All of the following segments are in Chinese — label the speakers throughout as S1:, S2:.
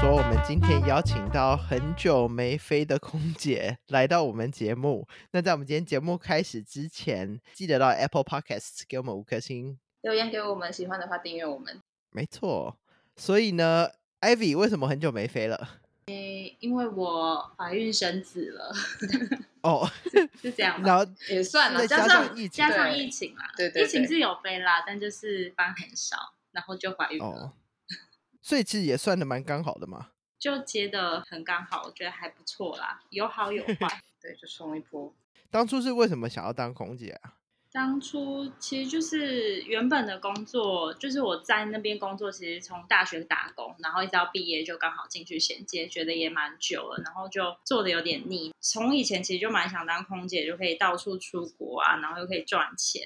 S1: 说，我们今天邀请到很久没飞的空姐来到我们节目。 那在我们今天节目开始之前，记得到 Apple Podcast 给我们五颗星。
S2: 留言给我们，喜欢的话订阅我们。
S1: 没错，所以呢，Ivy 为什么很久没飞了？
S2: 因为我怀孕生子了，
S1: 哦，
S2: 是这样
S1: 然
S2: 吧？
S1: 后
S3: 也算
S1: 再
S3: 了，
S1: 加
S3: 加
S1: 上
S3: 上
S1: 疫情
S2: 加上
S3: 对
S2: 疫情啦，
S3: 对对
S2: 疫情
S3: 对
S2: 是有飞啦，但就是班很少，然后就怀孕了，
S1: 哦，所以其实也算的蛮刚好的嘛。
S2: 就接的很刚好，我觉得还不错啦，有好有坏。
S3: 对，就冲一波。
S1: 当初是为什么想要当空姐啊？
S2: 当初其实就是原本的工作，就是我在那边工作，其实从大学打工，然后一直到毕业就刚好进去衔接，觉得也蛮久了，然后就做的有点腻。从以前其实就蛮想当空姐，就可以到处出国啊，然后又可以赚钱，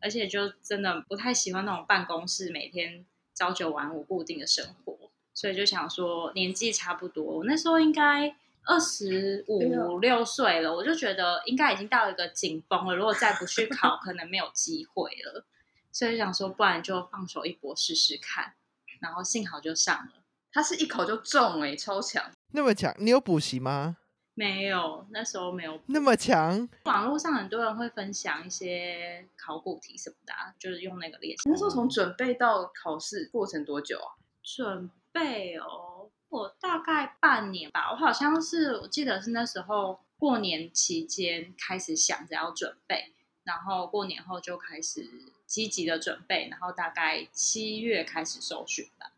S2: 而且就真的不太喜欢那种办公室每天朝九晚五固定的生活，所以就想说年纪差不多，我那时候应该。二十五六岁了，我就觉得应该已经到一个紧绷了。如果再不去考， 可能没有机会了。所以就想说，不然就放手一搏试试看。然后幸好就上了，
S3: 他是一口就中哎、超强！
S1: 那么强，你有补习吗？
S2: 没有那时候没有。
S1: 那么强，
S2: 网络上很多人会分享一些考古题什么的、啊，就是用那个练习
S3: 那时候从准备到考试过程多久啊？
S2: 准备哦。我大概半年吧，我好像是我记得是那时候过年期间开始想着要准备，然后过年后就开始积极的准备，然后大概七月开始受训吧，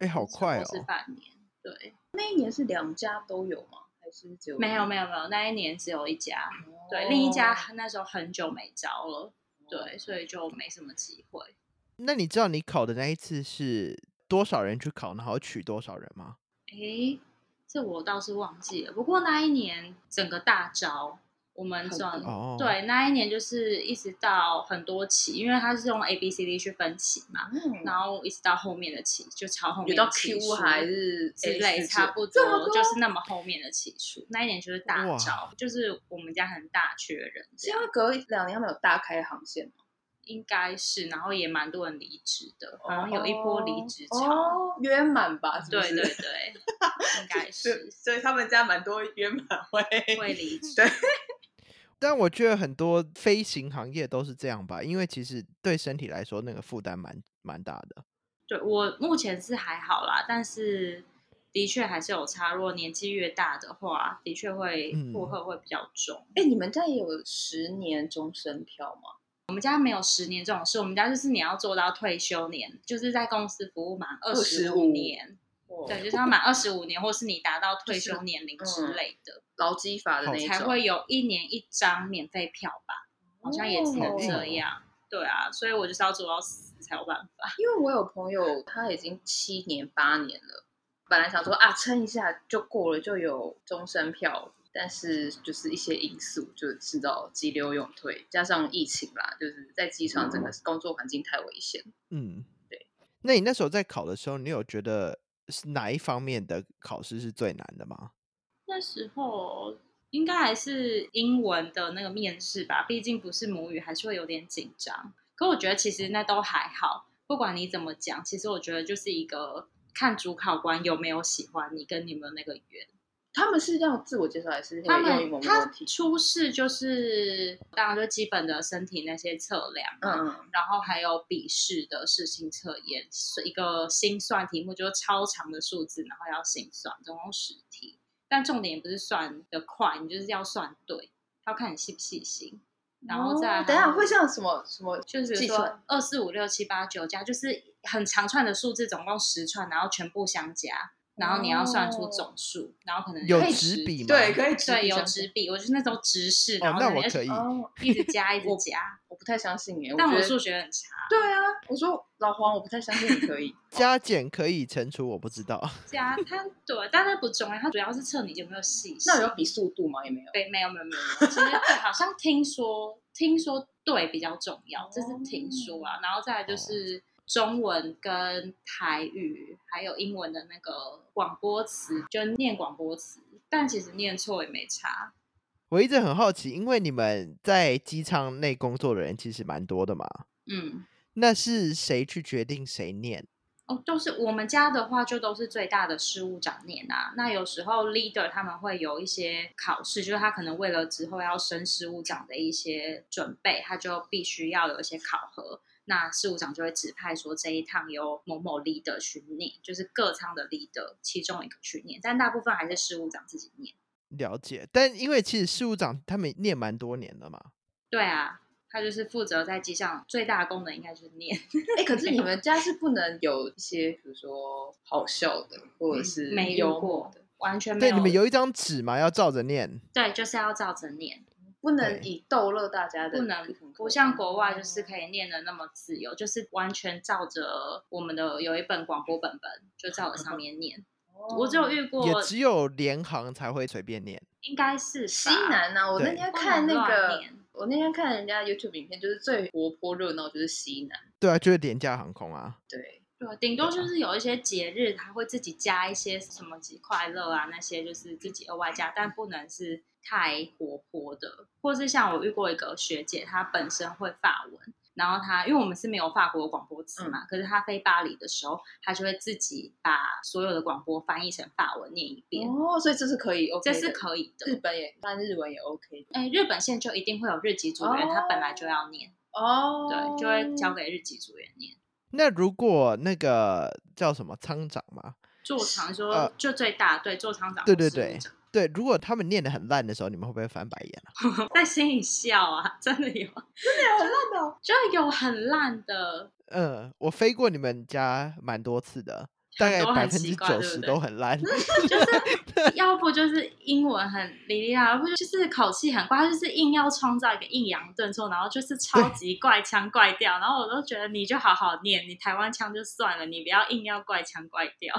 S1: 哎、好快
S2: 差不多是
S1: 哦！
S2: 半年，对。
S3: 那一年是两家都有吗？还是只有
S2: 没有没有没有，那一年只有一家，
S3: 有
S2: 对，另一家
S1: 哦
S2: 那时候很久没招了，
S3: 哦
S2: 对，所以就没什么机会。
S1: 那你知道你考的那一次是多少人去考，然后取多少人吗？
S2: 诶，这我倒是忘记了，不过那一年整个大招，我们
S3: 很
S2: 转
S1: 哦，，
S2: 对那一年就是一直到很多期，因为它是用 A B C D 去分期嘛，
S3: 嗯，
S2: 然后一直到后面的期就朝后
S3: 有
S2: 面
S3: 到
S2: 的期
S3: Q
S2: 数
S3: 还是
S2: 之
S3: A
S2: 类，
S3: 四
S2: 差不
S3: 这么
S2: 多就是那么后面的期数。那一年就是大
S1: 哇
S2: 招，就是我们家很大缺人这
S3: 是
S2: 样
S3: 因。为隔两年他们有大开航线吗，
S2: 应该是，然后也蛮多人离职的，好像有一波离职潮。
S3: 哦，约满吧？是不
S2: 对
S3: 是
S2: 对对，应该
S3: 是，
S2: 是
S3: 所以他们家蛮多约满 会。
S2: 会离职。
S3: 对
S1: 但我觉得很多飞行行业都是这样吧，因为其实对身体来说那个负担蛮蛮大的。
S2: 对我目前是还好啦，但是的确还是有差。如果年纪越大的话，的确会
S1: 嗯
S2: 负荷会比较重。
S3: 哎、你们家也有十年终身票吗？
S2: 我们家没有十年这种事，我们家就是你要做到退休年，就是在公司服务满二十五
S3: 25
S2: 年，对，就是要满二十五年，或是你达到退
S3: 就是
S2: 休年龄之
S3: 嗯
S2: 类的，
S3: 劳基法的
S1: 好
S3: 那一
S2: 才
S3: 种，
S2: 会有一年一张免费票吧。好像也只能
S1: 哦
S2: 这样。对啊，所以我就是要做到死才有办法。
S3: 因为我有朋友，他已经七年八年了，本来想说啊撑一下就过了，就有终身票，但是就是一些因素，就知道急流勇退，加上疫情啦，就是在机场整个工作环境太危险。
S1: 嗯，
S3: 对。
S1: 那你那时候在考的时候，你有觉得是哪一方面的考试是最难的吗？
S2: 那时候应该还是英文的那个面试吧，毕竟不是母语，还是会有点紧张。可我觉得其实那都还好，不管你怎么讲，其实我觉得就是一个看主考官有没有喜欢你，跟你们那个缘。
S3: 他们是要自我介绍，还是
S2: 他
S3: 会用英
S2: 们
S3: 文
S2: 他
S3: 问题？
S2: 初试就是当然就基本的身体那些测量啊，
S3: 嗯嗯，
S2: 然后还有笔试的视性测验，是一个心算题目，就是超长的数字，然后要心算，总共十题。但重点也不是算的快，你就是要算对，要看你细不细心。然后再、
S3: 哦等一下会像什么什么
S2: 就是比
S3: 计
S2: 如说
S3: 算
S2: 二四五六七八九加，就是很长串的数字，总共十串，然后全部相加，然后你要算出
S3: 哦
S2: 总数，然后可能
S1: 有
S2: 可以
S1: 纸笔吗？
S3: 对，可以直
S2: 对，
S3: 接
S2: 有
S3: 讲
S2: 纸笔，我就是那种直视，
S1: 哦
S2: 然，后
S1: 那
S2: 在
S1: 我
S2: 边
S1: 可以。
S3: 哦，
S2: 一直加一直
S3: 我
S2: 加，
S3: 我不太相信哎、
S2: 但
S3: 觉
S2: 我
S3: 得
S2: 数学很差。
S3: 对啊，我说老黄，我不太相信你可以。
S1: 加减可以乘除，我不知道。
S2: 加它对，啊但那不重要，它主要是测你有没有细心。
S3: 那有比速度吗？也没有。
S2: 对，没有没有没有，没有其实对，好像听说听说对比较重要，这是
S3: 哦
S2: 听说啊，然后再来就是中文跟台语，还有英文的那个广播词，就念广播词，但其实念错也没差。
S1: 我一直很好奇，因为你们在机舱内工作的人其实蛮多的嘛，
S2: 嗯，
S1: 那是谁去决定谁念？
S2: 哦，都是我们家的话，就都是最大的事务长念啊。那有时候 leader 他们会有一些考试，就是他可能为了之后要升事务长的一些准备，他就必须要有一些考核。那事务长就会指派说这一趟由某某 leader 去念，就是各仓的 leader 其中一个去念，但大部分还是事务长自己念。
S1: 了解，但因为其实事务长他们念蛮多年的嘛，
S2: 对啊，他就是负责在机上最大的功能应该就是念，
S3: 哎、可是你们家是不能有一些，比如说好笑的，或者是
S2: 没遇
S3: 幽
S2: 过
S3: 默的，，
S2: 完全没
S1: 对，
S2: 有。
S1: 你们有一张纸嘛，要照着念，
S2: 对，就是要照着念。
S3: 不能
S1: 对
S3: 以逗乐大家的，
S2: 不能不
S3: 嗯
S2: 像国
S3: 哦
S2: 外就是可以念的那么自由，就是完全照着我们的有一本广播本本，就照着上面念。
S3: 哦，
S2: 我只有遇过，
S1: 也只有联行才会随便念。
S2: 应该是吧
S3: 西南啊，我那
S1: 对
S3: 天
S2: 不
S3: 看那
S2: 能乱
S3: 个
S2: 念，
S3: 我那天看人家 YouTube 影片，就是最活泼热闹就是西南，
S1: 对啊，就是廉价航空啊，
S3: 对，
S2: 对，顶多就是有一些节日，他会自己加一些什么几快乐啊，那些就是自己额外加，但不能是太活泼的。或是像我遇过一个学姐，她本身会法文，然后她因为我们是没有法国广播词嘛，可是她飞巴黎的时候，她就会自己把所有的广播翻译成法文念一遍，
S3: 哦，所以这是可以，OK，
S2: 这是
S3: 的
S2: 可以
S3: 日
S2: 的。
S3: 本也，但日文也 OK 的
S2: 哎，日本现在就一定会有日籍组员，他本来就要念，
S3: 哦，
S2: 对，就会交给日籍组员念。
S1: 那如果那个叫什么仓长嘛，
S2: 做厂说
S1: 呃
S2: 就最大，对，做厂长，
S1: 对对对对，如果他们念的很烂的时候，你们会不会翻白眼啊？
S2: 在心里笑啊， 真的有，
S3: 很烂的哦，
S2: 就有很烂 的，
S1: 嗯，我飞过你们家蛮多次的，大
S2: 很
S1: 概
S2: 多
S1: 百
S2: 很
S1: 分
S2: 奇
S1: 之
S2: 怪
S1: 九
S2: 对不
S1: 十
S2: 对
S1: 都很 烂。
S2: 要不就是英文很哩哩啦啦，要不就是口气很怪，他就是硬要创造一个抑扬顿挫，然后就是超级怪腔怪调，然后我都觉得你就好好念，你台湾腔就算了，你不要硬要怪腔怪调。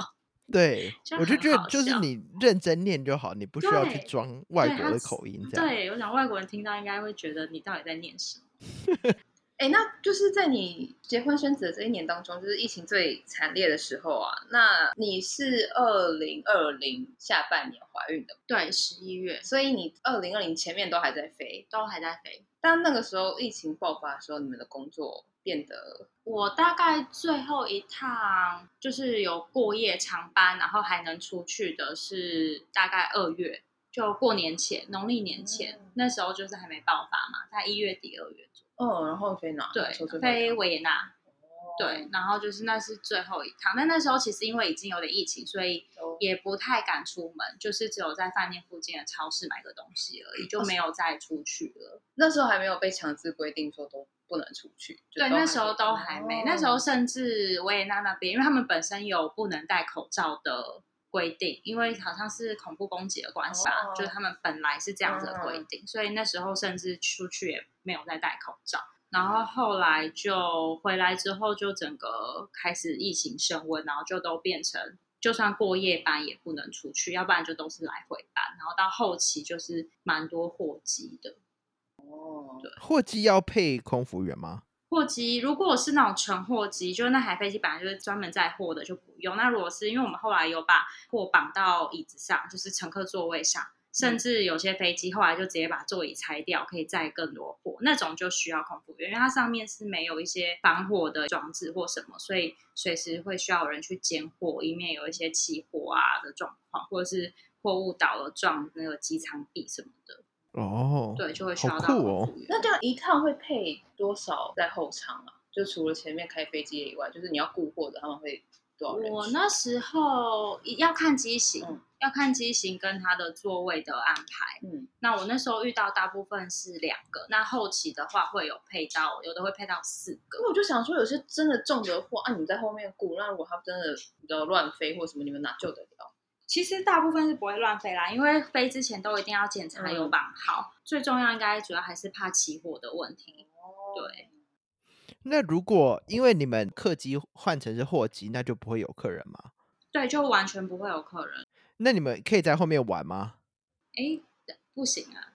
S1: 对，
S2: 就
S1: 我就
S2: 很
S1: 觉得
S2: 好
S1: 就是
S2: 笑
S1: 你认真念就好，你不需要去
S2: 对
S1: 装外
S2: 对
S1: 国
S2: 他
S1: 的
S2: 是
S1: 口音这样。
S2: 对，我想外国人听到应该会觉得你到底在念什么。
S3: 哎，那就是在你结婚生子的这一年当中，就是疫情最惨烈的时候啊。那你是二零二零下半年怀孕的，
S2: 对，十一月
S3: 所以你二零二零前面都还在飞。
S2: 都还在飞，
S3: 但那个时候疫情爆发的时候，你们的工作变得
S2: 我大概最后一趟就是有过夜长班，然后还能出去的是大概二月，就过年前，农历年前、
S3: 嗯
S2: 那时候就是还没爆发嘛，在一月底二月左右。
S3: 嗯，然后飞哪？那时候最
S2: 对，
S3: 后一
S2: 飞
S3: 趟哦
S2: 维也纳，对，，然后就是那是最后一趟，但那时候其实因为已经有点疫情，所以
S3: 哦
S2: 也不太敢出门，就是只有在饭店附近的超市买个东西而已，就
S3: 哦
S2: 没有再出去了。
S3: 那时候还没有被强制规定说都不能出去。就
S2: 对，
S3: 都
S2: 那
S3: 还哦
S2: 时候都还没，那时候甚至维也纳那边，因为他们本身有不能戴口罩的规定，因为好像是恐怖攻击的关系吧，
S3: 哦嗯
S2: 就是他们本来是这样子的规定，所以那时候甚至出去也没有再戴口罩。然后后来就回来之后，就整个开始疫情升温，然后就都变成就算过夜班也不能出去，要不然就都是来回班。然后到后期就是蛮多货机的，
S3: 哦，对，
S1: 货机要配空服员吗？
S2: 货机如果是那种纯货机，就是那台飞机本来就是专门载货的，就不用。那如果是因为我们后来有把货绑到椅子上，就是乘客座位上，
S1: 嗯
S2: 甚至有些飞机后来就直接把座椅拆掉，可以载更多货，那种就需要空服员，因为它上面是没有一些防火的装置或什么，所以随时会需要有人去监货，以免有一些起火啊的状况，或者是货物倒了撞那个机舱壁什么的，
S1: 哦，
S2: 对，就会需
S1: 好
S2: 要到
S1: 酷
S2: 空
S1: 哦
S2: 服员。
S3: 那这样一趟会配多少在后场啊？就除了前面开飞机以外，就是你要顾货的，他们会多少人去？
S2: 我那时候要看机型，
S3: 嗯
S2: 要看机型跟它的座位的安排。
S3: 嗯，
S2: 那我那时候遇到大部分是两个，那后期的话会有配到，有的会配到四个
S3: 因。为我就想说，有些真的中的货啊，你们在后面顾，那如果他真的比较乱飞或什么，你们哪救得了？
S2: 其实大部分是不会乱飞啦，因为飞之前都一定要检查
S3: 嗯
S2: 有绑好。最重要应该主要还是怕起火的问题。
S3: 哦
S2: 对，
S1: 那如果因为你们客机换成是货机，那就不会有客人吗？
S2: 对，就完全不会有客人。
S1: 那你们可以在后面玩吗？
S2: 哎，不行啊，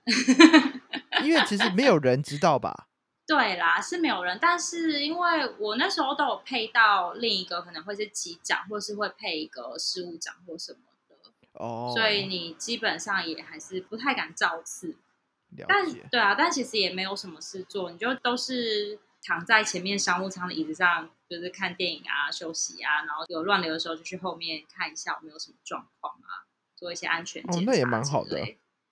S1: 因为其实没有人知道吧？
S2: 对啦，是没有人，但是因为我那时候都有配到另一个，可能会是机长，或是会配一个事务长或什么的，
S1: 哦，
S2: 所以你基本上也还是不太敢造次。
S1: 了
S2: 但
S1: 解，
S2: 对啊，但其实也没有什么事做，你就都是躺在前面商务舱的椅子上，就是看电影啊、休息啊，然后有乱流的时候就去后面看一下有没有什么状况啊，做一些安全
S1: 哦
S2: 检查之类。
S1: 那也蛮好的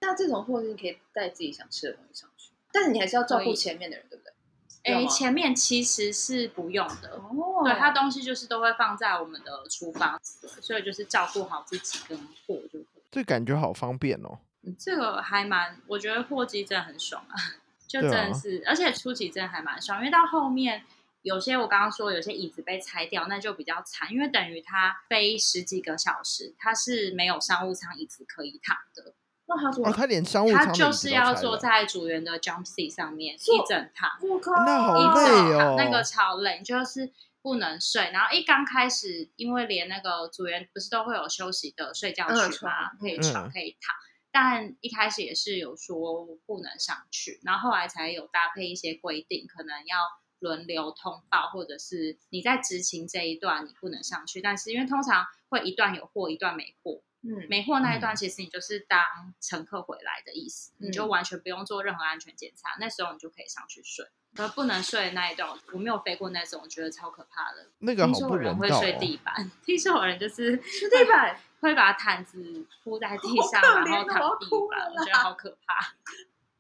S3: 那这种货是你可以带自己想吃的东西上去，但是你还是要照顾前面的人，对不对？要
S2: 哎，
S3: 吗
S2: 前面其实是不用的，
S3: 哦
S2: 对，它东西就是都会放在我们的厨房，所以就是照顾好自己跟货就可以。
S1: 这感觉好方便哦。
S2: 嗯这个还蛮，我觉得货机真的很爽啊，就
S1: 对
S2: 真
S1: 啊
S2: 的是，而且初期真的还蛮爽，因为到后面有些我刚刚说有些椅子被拆掉，那就比较惨，因为等于它飞十几个小时，它是没有商务舱椅子可以躺的，
S3: 那他怎
S1: 哦，
S3: 么？
S1: 他连商务舱
S2: 它
S1: 的椅
S2: 就
S1: 子
S2: 是
S1: 都
S2: 要
S1: 拆
S2: 坐
S1: 了
S2: 在组员的 jump seat 上面
S3: 坐
S2: 一整趟。
S3: 我靠，
S1: 那好
S2: 一
S1: 累
S2: 整
S1: 哦
S2: 那个超累，就是不能睡。然后一刚开始，因为连那个组员不是都会有休息的睡觉
S3: 嗯
S2: 区吗
S3: 床？
S2: 可以
S1: 嗯
S2: 床可以躺，但一开始也是有说不能上去，然后后来才有搭配一些规定，可能要。轮流通报，或者是你在执勤这一段你不能上去，但是因为通常会一段有货，一段没货，
S3: 嗯，
S2: 没货那一段，
S1: 嗯
S2: 其实你就是当乘客回来的意思，你
S3: 嗯
S2: 就完全不用做任何安全检查，那时候你就可以上去睡。可不能睡的那一段，我没有飞过那种，我觉得超可怕的。
S1: 那个
S2: 听
S1: 好
S2: 说
S1: 不
S2: 有人
S1: 人
S2: 会
S1: 道
S2: 睡
S1: 哦。
S2: 地板，听说有人就是
S3: 吃地板，
S2: 会把毯子铺在地
S3: 好
S2: 上，
S3: 可
S2: 然后
S3: 怜哦我要
S2: 躺地
S3: 哭
S2: 板，
S3: 了
S2: 我觉得好可怕。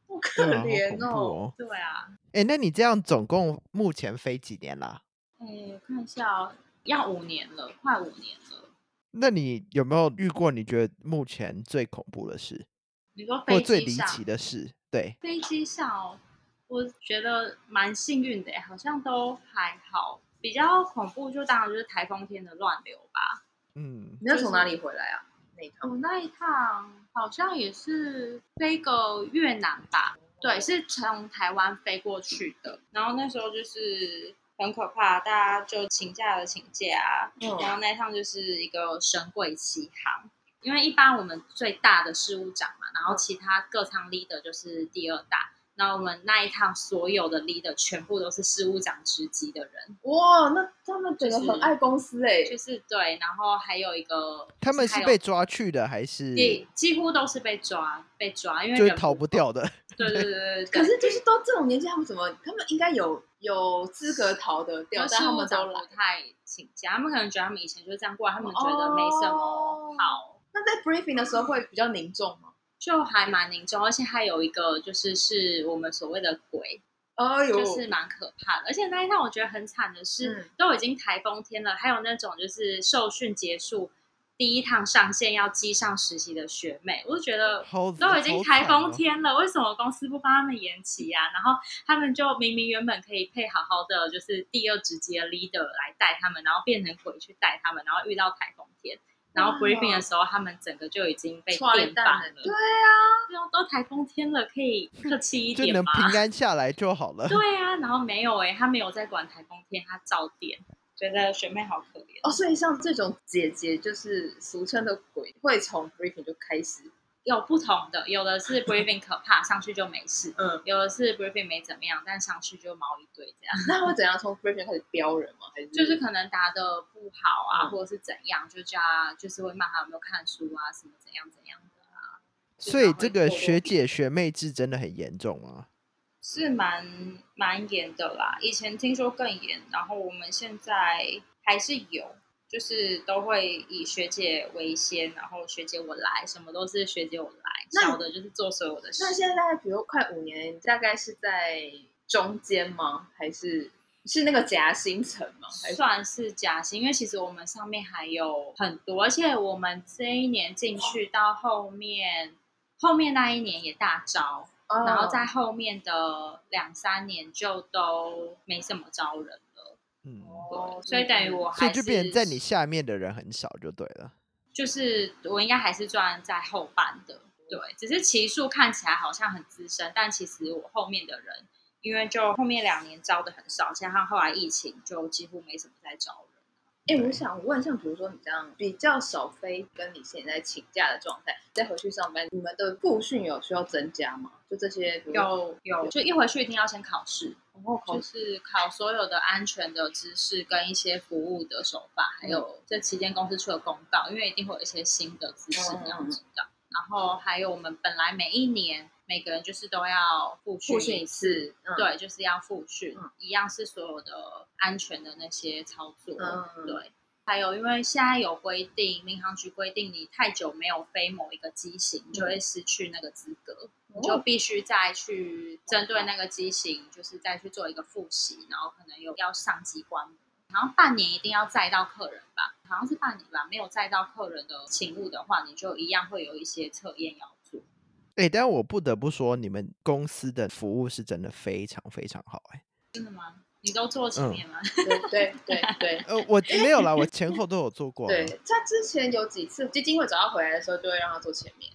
S3: 好可
S1: 对啊好
S3: 怜
S1: 恐怖
S3: 哦。
S1: 哦
S2: 对啊，
S1: 哎，那你这样总共目前飞几年啦？
S2: 哎、我看一下哦，要五年了，快五年了。
S1: 那你有没有遇过你觉得目前最恐怖的事，
S2: 你说
S1: 或
S2: 飞
S1: 最
S2: 机
S1: 离
S2: 上，
S1: 奇的事？对，
S2: 飞机上哦，我觉得蛮幸运的耶，好像都还好。比较恐怖就当然就是台风天的乱流吧。
S1: 嗯，
S3: 你要从哪里回来啊？那一趟
S2: 我哦那一趟好像也是飞个越南吧，对，是从台湾飞过去的。然后那时候就是很可怕，大家就请假的请假啊，
S3: 嗯
S2: 然后那一趟就是一个神鬼奇航，因为一般我们最大的事务长嘛，然
S1: 嗯
S2: 后其他各舱 leader 就是第二大。那我们那一趟所有的 leader 全部都是事务长职级的人，
S3: 哇，那他们整个
S2: 就
S3: 很
S2: 是
S3: 爱公司哎、
S2: 就是对，然后还有一个
S1: 他们
S2: 还
S1: 是
S2: 有
S1: 被抓去的还是
S2: 也几乎都是被抓被抓，因为
S1: 就是
S2: 人
S1: 逃
S2: 够
S1: 不。掉的？
S2: 对对对对对，
S3: 可是就是都这种年纪，他们怎么？他们应该有有资格逃得掉，但
S2: 事
S3: 他
S2: 务
S3: 们
S2: 长
S3: 都来
S2: 不。太请假，他们可能觉得他们以前就这样过来，他们觉得没什么
S3: 哦
S2: 好，
S3: 那在 briefing 的时候会比较凝重吗？
S2: 就还蛮凝重。而且还有一个就是是我们所谓的鬼，
S3: 哎呦，
S2: 就是蛮可怕的。而且那一趟我觉得很惨的是，
S3: 嗯
S2: 都已经台风天了，还有那种就是受训结束第一趟上线要机上实习的学妹，我就觉得
S1: 好，
S2: 都已经
S1: 好
S2: 台
S1: 惨哦，
S2: 风天了，为什么公司不帮他们延期呀、然后他们就明明原本可以配好好的，就是第二职级的 leader 来带他们，然后变成鬼去带他们，然后遇到台风
S3: 哦
S2: 天，然后
S3: 哇
S2: briefing 的时候，他们整个就已经被
S3: 刷了
S2: 电
S3: 蛋
S2: 翻
S3: 了
S2: 了。啊
S3: 对啊
S2: 都都台风天了，可以客气一
S1: 就
S2: 点
S1: 能
S2: 吗？
S3: 啊
S1: 平安下来就好了。
S2: 对啊，然后没有哎、他没有在管台风天，他照点，觉得学妹好可怜。
S3: 哦，所以像这种姐姐就是俗称的鬼，会从 briefing 就开 始，
S2: 有不同的，有的是 briefing 可怕，上去就没事；
S3: 嗯，
S2: 有的是 briefing 没怎么样，但上去就毛一堆这样。
S3: 那会怎样？从 briefing 开始标人吗？还是
S2: 就是可能答的不好啊，
S3: 嗯
S2: 或者是怎样，就叫他就是会骂他有没有看书啊，什么怎样怎样的啊，就
S1: 所
S2: 是
S1: 以
S2: 他
S1: 这
S2: 会
S1: 个
S2: 透露
S1: 学
S2: 底
S1: 姐学妹制真的很严重啊。
S2: 是蛮蛮严的啦。以前听说更严，然后我们现在还是有，就是都会以学姐为先，然后学姐我来，什么都是学姐我来，
S3: 那
S2: 小的就是做所有的事
S3: 那。现在大概比如快五年，大概是在中间吗？还是是那个夹心层吗？还是
S2: 算是假薪，因为其实我们上面还有很多，而且我们这一年进去到后面，后面那一年也大招，然
S1: 嗯
S2: 后在
S3: 哦
S2: 后面的两三年就都没怎么招人了，
S1: 嗯，
S3: 哦
S2: 对，所以等于我
S1: 所
S2: 还
S1: 以
S2: 是
S1: 就变成在你下面的人很少就对了。
S2: 就是我应该还是赚在后半的，对，只是骑术看起来好像很资深，但其实我后面的人，因为就后面两年招的很少，加上后来疫情就几乎没怎么在招人。
S3: 哎、
S1: 对
S3: 我想问，像比如说你这样比较少飞，跟你现在请假的状态，再回去上班，你们的复训有需要增加吗？就这些，
S1: 嗯
S3: 比如说，
S2: 有有，就一回去一定要先考试，
S3: 然后考
S2: 就
S3: 试
S2: 是考所有的安全的知识跟一些服务的手法，还有这期间公司出的公告，因为一定会有一些新的知识
S3: 嗯嗯
S2: 你要
S3: 嗯
S2: 知道。然后还有我们本来每一年每个人就是都要复训
S3: 复训一次，嗯，
S2: 对，就是要复训，
S3: 嗯
S2: 一样是所有的安全的那些操作，
S3: 嗯
S2: 对。还有，因为现在有规定，民航局规定，你太久没有飞某一个机型，你
S3: 嗯
S2: 就会失去那个资格，你就
S3: 哦
S2: 必须再去针对那个机型，就是再去做一个复习，然后可能有要上机关，好像半年一定要载到客人吧，好像是半年吧，没有载到客人的勤务的话，你就一样会有一些测验要做。
S1: 哎、但我不得不说，你们公司的服务是真的非常非常好、诶
S2: 你都坐前
S1: 嗯
S2: 面吗？
S3: 对对 对对，
S1: 呃，我没有啦，我前后都有做过、啊。
S3: 对，他之前有几次基金会找他回来的时候，就会让他坐前面。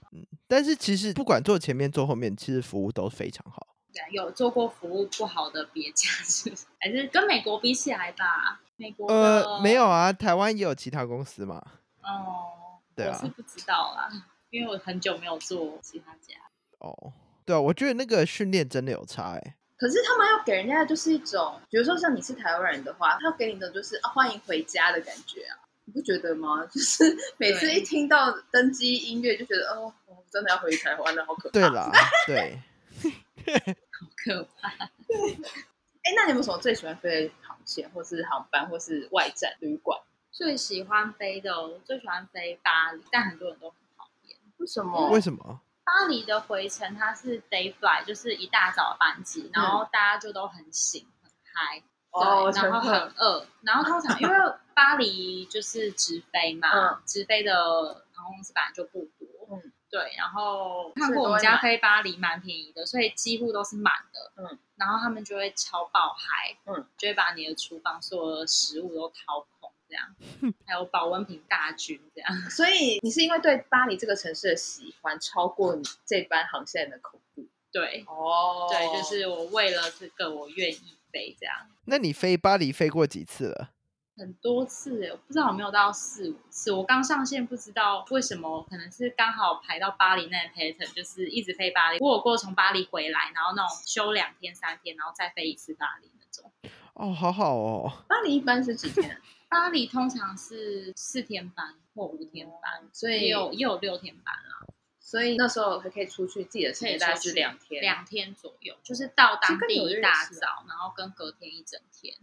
S1: 但是其实不管坐前面坐后面，其实服务都非常好。
S2: 对啊有做过服务不好的别家是，还是跟美国比起来吧？美国的
S1: 呃，没有啊，台湾也有其他公司嘛。
S2: 哦，
S1: 对啊
S2: 我是不知道啦，因为我很久没有做其他家。
S1: 哦，对啊，我觉得那个训练真的有差哎、
S3: 可是他们要给人家的就是一种，比如说像你是台湾人的话，他要给你的就是、啊、欢迎回家的感觉啊，你不觉得吗？ 就是每次
S2: 对
S3: 一听到登机音乐，就觉得哦，我真的要回台湾了，好可怕。
S1: 对 啦，对，
S2: 可
S3: 哎，那你有没有什么最喜欢飞的航线，或是航班，或是外站旅馆？
S2: 最喜欢飞的哦，我最喜欢飞巴黎，但很多人都很讨厌。
S3: 为什
S2: 哦
S3: 么？
S1: 为什么？
S2: 巴黎的回程它是 day fly，就是一大早的班机，然后大家就都很醒很嗨，
S3: 嗯哦，
S2: 对，然后很饿，然后通常因为巴黎就是直飞嘛，
S3: 嗯
S2: 直飞的航空公司本来就不多，
S3: 嗯，
S2: 对，然
S3: 所
S2: 后
S3: 以
S2: 看过
S3: 都
S2: 我们
S3: 会
S2: 家
S3: 买
S2: 飞巴黎蛮便宜的，所以几乎都是满的，
S3: 嗯，
S2: 然后他们就会超爆嗨，
S3: 嗯，
S2: 就会把你的厨房所有的食物都掏空这样， 还有保温瓶大军这样，
S3: 所以你是因为对巴黎这个城市的喜欢超过你这班航线的恐怖
S2: 对，
S3: 哦
S2: 对，就是我为了这个我愿意飞这样。
S1: 那你飞巴黎飞过几次了？
S2: 很多次欸耶，我不知道有没有到四五次。我刚上线，不知道为什么，可能是刚好排到巴黎那个 pattern，就是一直飞巴黎。我有过从巴黎回来，然后那种休两天三天，然后再飞一次巴黎那种。
S1: 哦，好好哦，
S3: 巴黎一般是几 天？啊
S2: 巴黎通常是四天班或五天班，
S3: 所
S2: 也
S3: 以
S2: 有也有六天班啊，
S3: 所以那时候还可以出去，自己的时间大概
S2: 出去
S3: 是两天。
S2: 两天左右，就是到当
S3: 这跟
S2: 地
S3: 纽约
S2: 一
S3: 也
S2: 大
S3: 是啊
S2: 早，然后跟隔天一整天。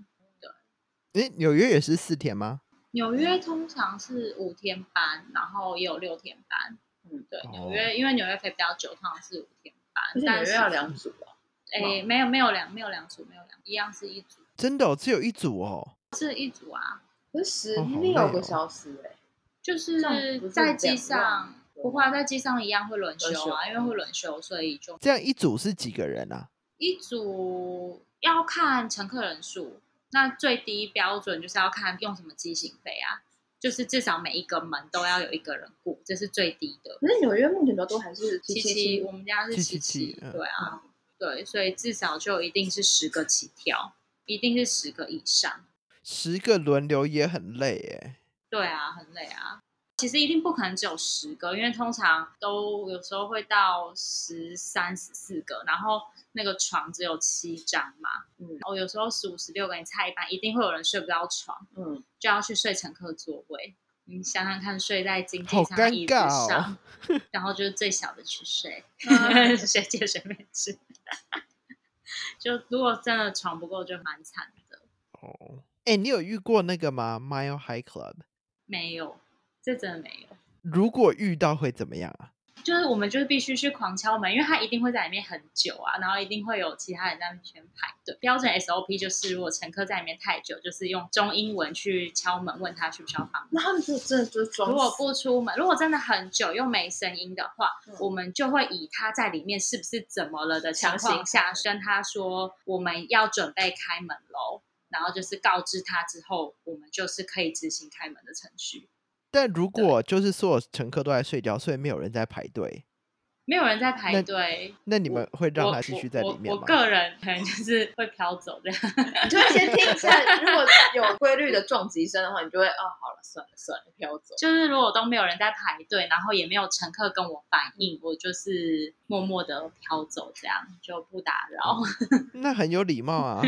S1: 诶，纽约也是四天吗？
S2: 纽约通常是五天班，然后也有六天班。
S3: 嗯
S2: 嗯，对，
S1: 哦
S2: 纽约、因为纽约飞比较久，通常是五天班。
S3: 而且
S2: 但
S3: 纽
S2: 是
S3: 约要两组啊，
S2: 诶、没有没有两没有两组，没有两一样是一组，
S1: 真的、哦、只有一组哦。
S2: 是一组啊，
S3: 可是十
S1: 哦好累
S3: 六个
S1: 哦
S3: 小时哎、
S2: 就是
S3: 这样不是
S2: 在
S3: 两
S2: 机
S3: 万
S2: 上
S3: 吗
S2: 不会啊在机上一样会轮
S3: 轮
S2: 休啊，
S3: 休
S2: 因为会轮休，所以就
S1: 这样一组是几个人啊？
S2: 一组要看乘客人数，那最低标准就是要看用什么机型飞啊，就是至少每一个门都要有一个人顾，这是最低的。
S3: 可是纽约目前的都还是
S2: 七
S3: 七
S2: 七，我们家是
S1: 七
S2: 七
S1: 七嗯
S2: 对啊，对，所以至少就一定是十个起跳，一定是十个以上，
S1: 十个轮流也很累诶。
S2: 对啊，很累啊。其实一定不可能只有十个，因为通常都有时候会到十三、十四个，然后那个床只有七张嘛，
S3: 嗯
S2: 然后有时候十五、十六个你差一半，一定会有人睡不到床，
S3: 嗯，
S2: 就要去睡乘客座位。你想想看，睡在经济
S1: 好
S2: 舱的
S1: 尴
S2: 椅子
S1: 尬哦
S2: 上， 然后就是最小的去睡，
S3: 啊
S2: 学姐学妹制。 就如果真的床不够，就蛮惨的。
S1: 哦，哎，你有遇过那个吗？Mile High Club？
S2: 没有，这真的没有。
S1: 如果遇到会怎么样啊？
S2: 就是我们就是必须去狂敲门，因为他一定会在里面很久啊，然后一定会有其他人在那边排队。标准 SOP 就是，如果乘客在里面太久，就是用中英文去敲门，问他需不需要帮忙。
S3: 那他们就真的就是装
S2: 如果
S3: 死
S2: 不出门，如果真的很久又没声音的话，
S3: 嗯
S2: 我们就会以他在里面是不是怎么了的情
S3: 强
S2: 况
S3: 行
S2: 下，跟他说我们要准备开门喽，然后就是告知他之后，我们就是可以执行开门的程序。
S1: 但如果就是所有乘客都在睡觉，所以没有人在排队，
S2: 没有人在排
S1: 那
S2: 队，
S1: 那你们会让
S2: 我
S1: 他继
S2: 我
S1: 续在
S2: 我
S1: 里面
S2: 我
S1: 吗？
S2: 个人可能就是会飘走这样。
S3: 你就会先听一下，如果有规律的撞击声的话，你就会哦，好了，算了算了，飘走。
S2: 就是如果都没有人在排队，然后也没有乘客跟我反应，我就是默默的飘走，这样就不打
S1: 嗯
S2: 扰。
S1: 那很有礼貌啊。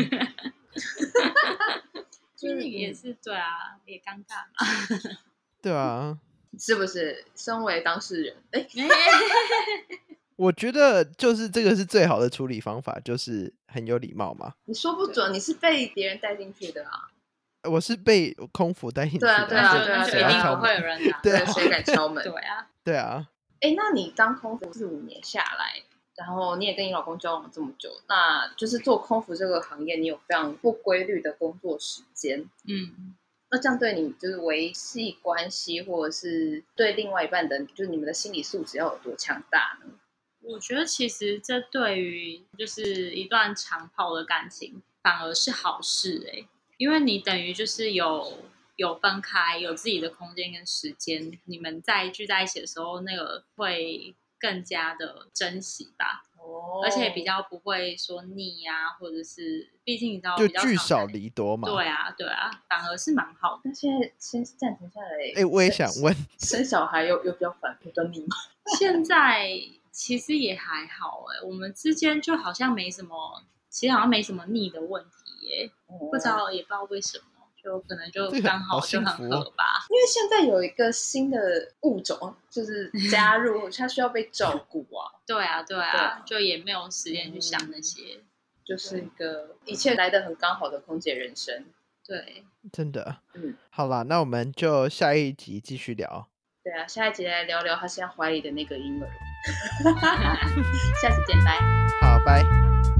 S2: 就是是也是对啊，也尴尬嘛。
S1: 对啊，
S3: 是不是？身为当事人，哎，
S1: 我觉得就是这个是最好的处理方法，就是很有礼貌嘛。
S3: 你说不准，你是被别人带进去的啊，
S1: 我是被空服带进去
S3: 对啊
S1: 的，
S3: 对
S2: 那
S3: 啊
S2: 就
S3: 对啊
S2: 那就
S1: 谁
S2: 一
S1: 要
S2: 定
S1: 敲门
S2: 不会有人打。
S1: 对啊
S3: 谁敢敲门？
S2: 对啊，
S1: 对啊，
S3: 哎，那你当空服四五年下来，然后你也跟你老公交往这么久，那就是做空服这个行业，你有非常不规律的工作时间，
S2: 嗯，
S3: 那这样对你就是维系关系，或者是对另外一半的，就是你们的心理素质要有多强大呢？
S2: 我觉得其实这对于就是一段长跑的感情反而是好事哎、因为你等于就是有有分开，有自己的空间跟时间，你们在聚在一起的时候，那个会更加的珍惜吧，
S3: 哦
S2: 而且比较不会说腻啊，或者是毕竟你知道
S1: 就
S2: 比较
S1: 聚
S2: 常
S1: 少
S2: 在
S1: 离多嘛。
S2: 对啊，对啊，反而是蛮好的。
S3: 那现在先暂停下来，
S1: 哎，我也想问，
S3: 生小孩有有比较反比较腻吗？
S2: 现在其实也还好哎、我们之间就好像没什么，其实好像没什么腻的问题耶、不知道也不知道为什么，就可能就
S1: 这个
S2: 刚
S1: 好
S2: 就
S1: 幸
S2: 很
S1: 福
S2: 合
S1: 哦
S2: 吧。
S3: 因为现在有一个新的物种，就是加入，它需要被照顾啊，
S2: 对啊，对
S3: 对
S2: 啊
S3: 啊，
S2: 就也没有时间去想那些。
S3: 就是一个一切来的很刚好的空姐人生。
S2: 对，
S1: 真的，
S3: 嗯，
S1: 好啦，那我们就下一集继续聊。
S3: 对啊，下一集来聊聊 她现在怀里的那个婴儿。下次见，拜。
S1: 好，拜。